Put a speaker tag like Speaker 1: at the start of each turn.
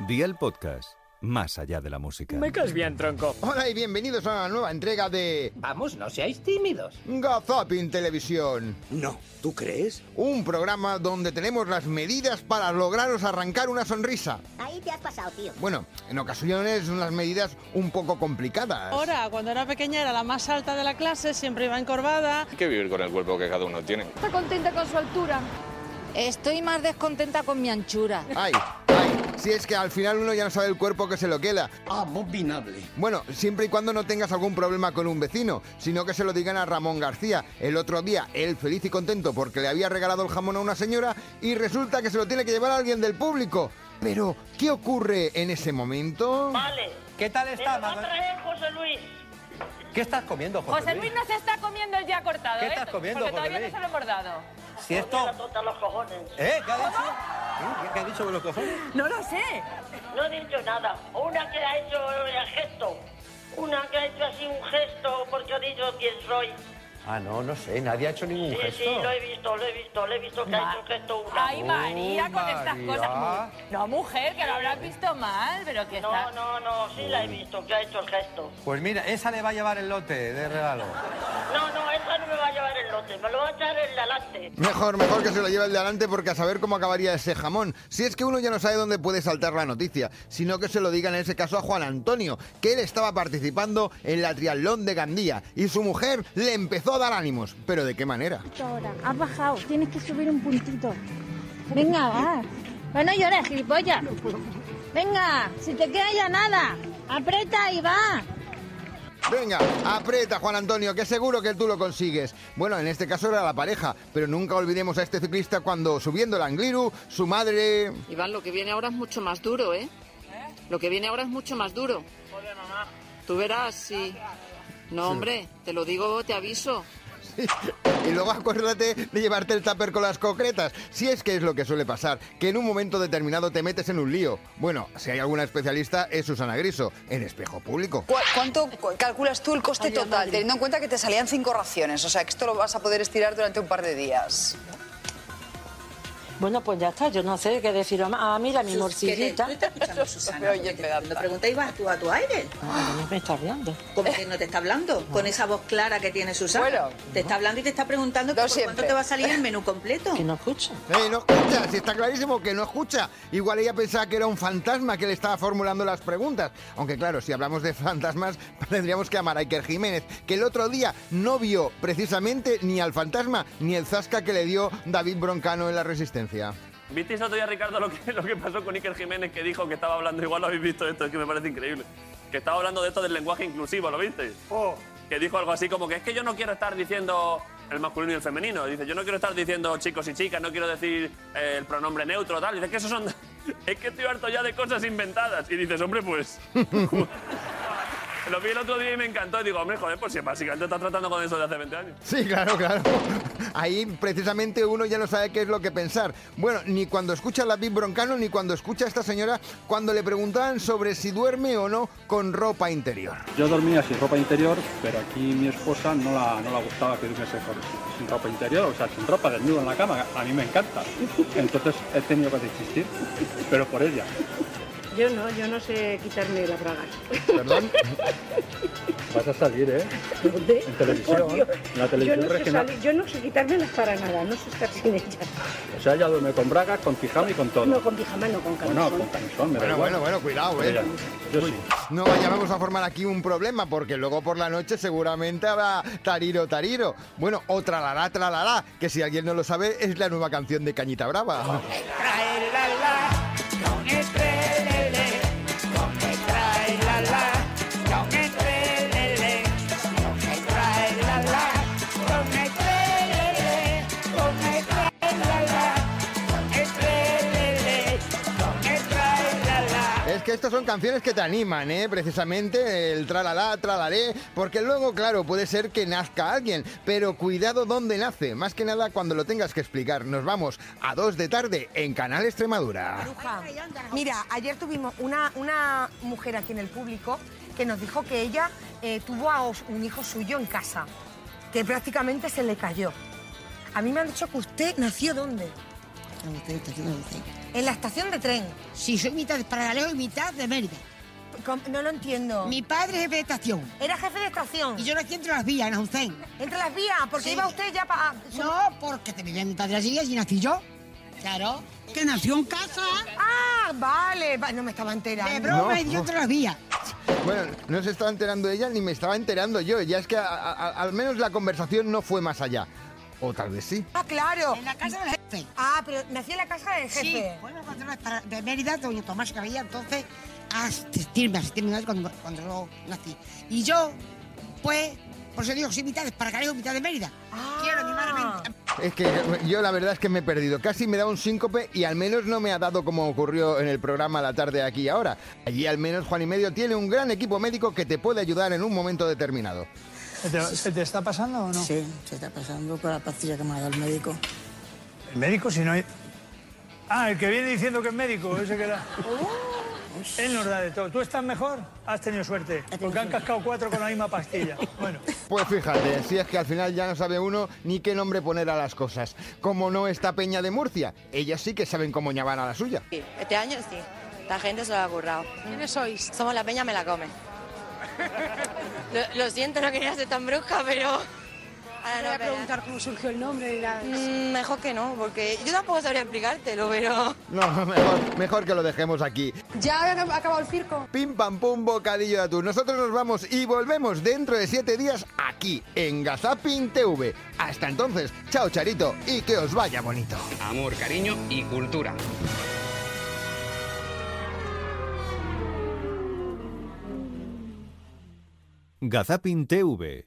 Speaker 1: Día el podcast más allá de la música.
Speaker 2: Me caes bien, tronco.
Speaker 3: Hola y bienvenidos a una nueva entrega de
Speaker 4: Vamos, no seáis tímidos.
Speaker 3: Gazapin Televisión.
Speaker 5: No, ¿tú crees?
Speaker 3: Un programa donde tenemos las medidas para lograros arrancar una sonrisa.
Speaker 6: Ahí te has pasado, tío.
Speaker 3: Bueno, en ocasiones unas medidas un poco complicadas.
Speaker 7: Ahora, cuando era pequeña era la más alta de la clase, siempre iba encorvada.
Speaker 8: Hay que vivir con el cuerpo que cada uno tiene.
Speaker 9: ¿Está contenta con su altura?
Speaker 10: Estoy más descontenta con mi anchura.
Speaker 3: Ay, ay, si es que al final uno ya no sabe el cuerpo que se lo queda.
Speaker 5: Abominable.
Speaker 3: Bueno, siempre y cuando no tengas algún problema con un vecino, sino que se lo digan a Ramón García. El otro día, él feliz y contento porque le había regalado el jamón a una señora y resulta que se lo tiene que llevar a alguien del público. Pero, ¿qué ocurre en ese momento?
Speaker 11: Vale.
Speaker 12: ¿Qué tal está,
Speaker 11: Te lo va a traer José Luis.
Speaker 12: ¿Qué estás comiendo, José,
Speaker 9: José Luis no se está comiendo el ya cortado,
Speaker 12: ¿Qué
Speaker 9: ¿eh?
Speaker 12: estás comiendo,
Speaker 9: Porque
Speaker 12: José
Speaker 9: todavía
Speaker 12: Luis?
Speaker 9: no se lo hemos dado.
Speaker 12: Si esto...
Speaker 11: Mira, toca los cojones.
Speaker 12: ¿Eh? ¿Qué ha dicho? ¿Qué- ¿Qué ha dicho con los cojones?
Speaker 9: No lo sé.
Speaker 11: No he dicho nada. Una que ha hecho el gesto. Una que ha hecho así un gesto porque ha dicho quién soy.
Speaker 12: Ah, no, no sé, nadie ha hecho ningún
Speaker 11: Sí,
Speaker 12: gesto. Oh,
Speaker 11: sí, lo he visto, lo he visto, lo he visto que ha hecho un gesto una.
Speaker 9: Ay, María, con estas
Speaker 12: María.
Speaker 9: cosas. No, mujer, que lo habrás visto mal, pero que está...
Speaker 11: No, no, no, sí la he visto que ha hecho el gesto.
Speaker 12: Pues mira, esa le va a llevar el lote de regalo.
Speaker 11: No, no, esa no me va a llevar el lote, me lo va a echar el de delante.
Speaker 3: Mejor, mejor que se lo lleve el de adelante porque a saber cómo acabaría ese jamón. Si es que uno ya no sabe dónde puede saltar la noticia, sino que se lo digan en ese caso a Juan Antonio, que él estaba participando en la triatlón de Gandía y su mujer le empezó a dar ánimos. Pero ¿de qué manera?
Speaker 13: Ahora, has bajado, tienes que subir un puntito. Venga, va. Bueno, llores, gilipollas. Venga, si te queda ya nada, aprieta y va.
Speaker 3: Venga, aprieta Juan Antonio, que seguro que tú lo consigues. Bueno, en este caso era la pareja, pero nunca olvidemos a este ciclista cuando subiendo el Angliru, su madre...
Speaker 14: Iván, lo que viene ahora es mucho más duro, ¿eh? Lo que viene ahora es mucho más duro. Tú verás si... No, hombre, te lo digo, te aviso.
Speaker 3: Y luego acuérdate de llevarte el tupper con las concretas. Si es que es lo que suele pasar, que en un momento determinado te metes en un lío. Bueno, si hay alguna especialista es Susana Griso, en espejo público.
Speaker 15: ¿Cu- ¿Cuánto cu- calculas tú el coste total, teniendo en cuenta que te salían cinco raciones? O sea, que esto lo vas a poder estirar durante un par de días.
Speaker 16: Bueno, pues ya está, yo no sé qué decir más. Ah, mira, mi morcillita.
Speaker 17: Te escuchamos, Susana. porque te- cuando preguntáis, vas tú a tu aire.
Speaker 16: Ah, no me está hablando.
Speaker 17: ¿Cómo que no te está hablando? Con esa voz clara que tiene Susana.
Speaker 15: Bueno.
Speaker 17: te está hablando y te está preguntando que por cuánto te va a salir el menú completo.
Speaker 16: Que no escucha.
Speaker 3: Eh, no escucha, si está clarísimo que no escucha. Igual ella pensaba que era un fantasma que le estaba formulando las preguntas. Aunque claro, si hablamos de fantasmas, tendríamos que amar a Iker Jiménez, que el otro día no vio precisamente ni al fantasma ni el zasca que le dio David Broncano en la Resistencia.
Speaker 18: ¿Visteis otro día, Ricardo, lo que, lo que pasó con Iker Jiménez que dijo que estaba hablando? Igual lo habéis visto esto, es que me parece increíble. Que estaba hablando de esto del lenguaje inclusivo, ¿lo visteis? Que dijo algo así como que es que yo no quiero estar diciendo el masculino y el femenino. Dice, yo no quiero estar diciendo chicos y chicas, no quiero decir eh, el pronombre neutro, tal. Dice, que eso son... es que estoy harto ya de cosas inventadas. Y dices, hombre, pues... Lo vi el otro día y me encantó. Y digo, hombre, joder, pues si básicamente estás tratando con eso de hace 20 años.
Speaker 3: Sí, claro, claro. Ahí precisamente uno ya no sabe qué es lo que pensar. Bueno, ni cuando escucha a la Big Broncano, ni cuando escucha a esta señora, cuando le preguntaban sobre si duerme o no con ropa interior.
Speaker 19: Yo dormía sin ropa interior, pero aquí mi esposa no la, no la gustaba que durmiese con- sin ropa interior, o sea, sin ropa, desnudo en la cama. A mí me encanta. Entonces he tenido que desistir, pero por ella.
Speaker 20: Yo no, yo no sé quitarme las bragas.
Speaker 3: ¿Perdón?
Speaker 19: Vas a salir, ¿eh? En televisión.
Speaker 20: Por Dios.
Speaker 19: en la televisión
Speaker 20: yo, no sé
Speaker 19: regional.
Speaker 20: salir- yo no sé quitármelas para nada, no sé estar sin ellas.
Speaker 19: O sea, ella duerme con bragas, con pijama y con todo.
Speaker 20: No, con pijama, no con
Speaker 19: Bueno,
Speaker 20: camisón.
Speaker 19: con camisón, me da
Speaker 3: Bueno,
Speaker 19: igual.
Speaker 3: bueno, bueno, cuidado, ¿eh?
Speaker 19: Pero ella- Yo sí.
Speaker 3: No vayamos a formar aquí un problema, porque luego por la noche seguramente habrá tariro, tariro. Bueno, o tralará, tralará, que si alguien no lo sabe, es la nueva canción de Cañita
Speaker 19: Ah,
Speaker 3: Brava. Es que estas son canciones que te animan, ¿eh? Precisamente el tralalá, tralaré, porque luego, claro, puede ser que nazca alguien, pero cuidado dónde nace, más que nada cuando lo tengas que explicar. Nos vamos a 2 de tarde en Canal Extremadura.
Speaker 4: Bruja. Mira, ayer tuvimos una, una mujer aquí en el público que nos dijo que ella eh, tuvo a os- un hijo suyo en casa, que prácticamente se le cayó. A mí me han dicho que usted nació dónde? En la estación de tren.
Speaker 2: Sí, soy mitad de Paraleo y mitad de Mérida.
Speaker 4: No lo entiendo.
Speaker 2: Mi padre es jefe de estación.
Speaker 4: Era jefe de estación.
Speaker 2: Y yo nací entre las vías, en Aucén.
Speaker 4: Entre las vías, porque
Speaker 2: Sí.
Speaker 4: iba usted ya ah, para...
Speaker 2: No, porque te vivía mi padre así y nací yo. Claro. Que nació en casa.
Speaker 4: Ah, vale, va- no me estaba enterando.
Speaker 2: De broma
Speaker 3: No,
Speaker 2: y
Speaker 3: no.
Speaker 2: yo entre las vías.
Speaker 3: Bueno, no se estaba enterando ella ni me estaba enterando yo. Ya es que a- a- al menos la conversación no fue más allá. O tal vez sí.
Speaker 4: Ah, claro.
Speaker 2: En la casa del jefe.
Speaker 4: Ah, pero nací en la casa del jefe.
Speaker 2: Sí, bueno, cuando era para- de Mérida, doña Tomás Cabella, entonces, a asistirme, a asistirme cuando, cuando yo nací. Y yo, pues, por eso digo, soy mitad de Paracaleo, mitad de Mérida. Ah. Quiero animar a
Speaker 4: Ah.
Speaker 2: mi-
Speaker 3: Es que yo la verdad es que me he perdido. Casi me da un síncope y al menos no me ha dado como ocurrió en el programa La Tarde aquí y ahora. Allí al menos Juan y Medio tiene un gran equipo médico que te puede ayudar en un momento determinado.
Speaker 6: ¿Se te está pasando o no? Sí, se está pasando con la pastilla que me ha dado el médico. ¿El médico? Si no hay... Ah, el que viene diciendo que es médico, ese que da. Oh. Él nos da de todo. ¿Tú estás mejor? Has tenido suerte. Porque han cascado cuatro con la misma pastilla. Bueno.
Speaker 3: Pues fíjate, si es que al final ya no sabe uno ni qué nombre poner a las cosas. Como no está Peña de Murcia, ellas sí que saben cómo llaman a la suya.
Speaker 21: Este año sí. La gente se lo ha currado. ¿Quiénes sois? Somos la peña, me la come. lo, lo siento, no quería ser tan brusca, pero... Ahora no, voy a preguntar cómo surgió el nombre. mejor que no, porque yo tampoco sabría explicártelo, pero...
Speaker 3: No, mejor, mejor que lo dejemos aquí.
Speaker 21: Ya ha acabado el circo.
Speaker 3: Pim pam pum, bocadillo de atún. Nosotros nos vamos y volvemos dentro de siete días aquí, en Gazapin TV. Hasta entonces, chao Charito y que os vaya bonito.
Speaker 5: Amor, cariño y cultura.
Speaker 1: Gazapin TV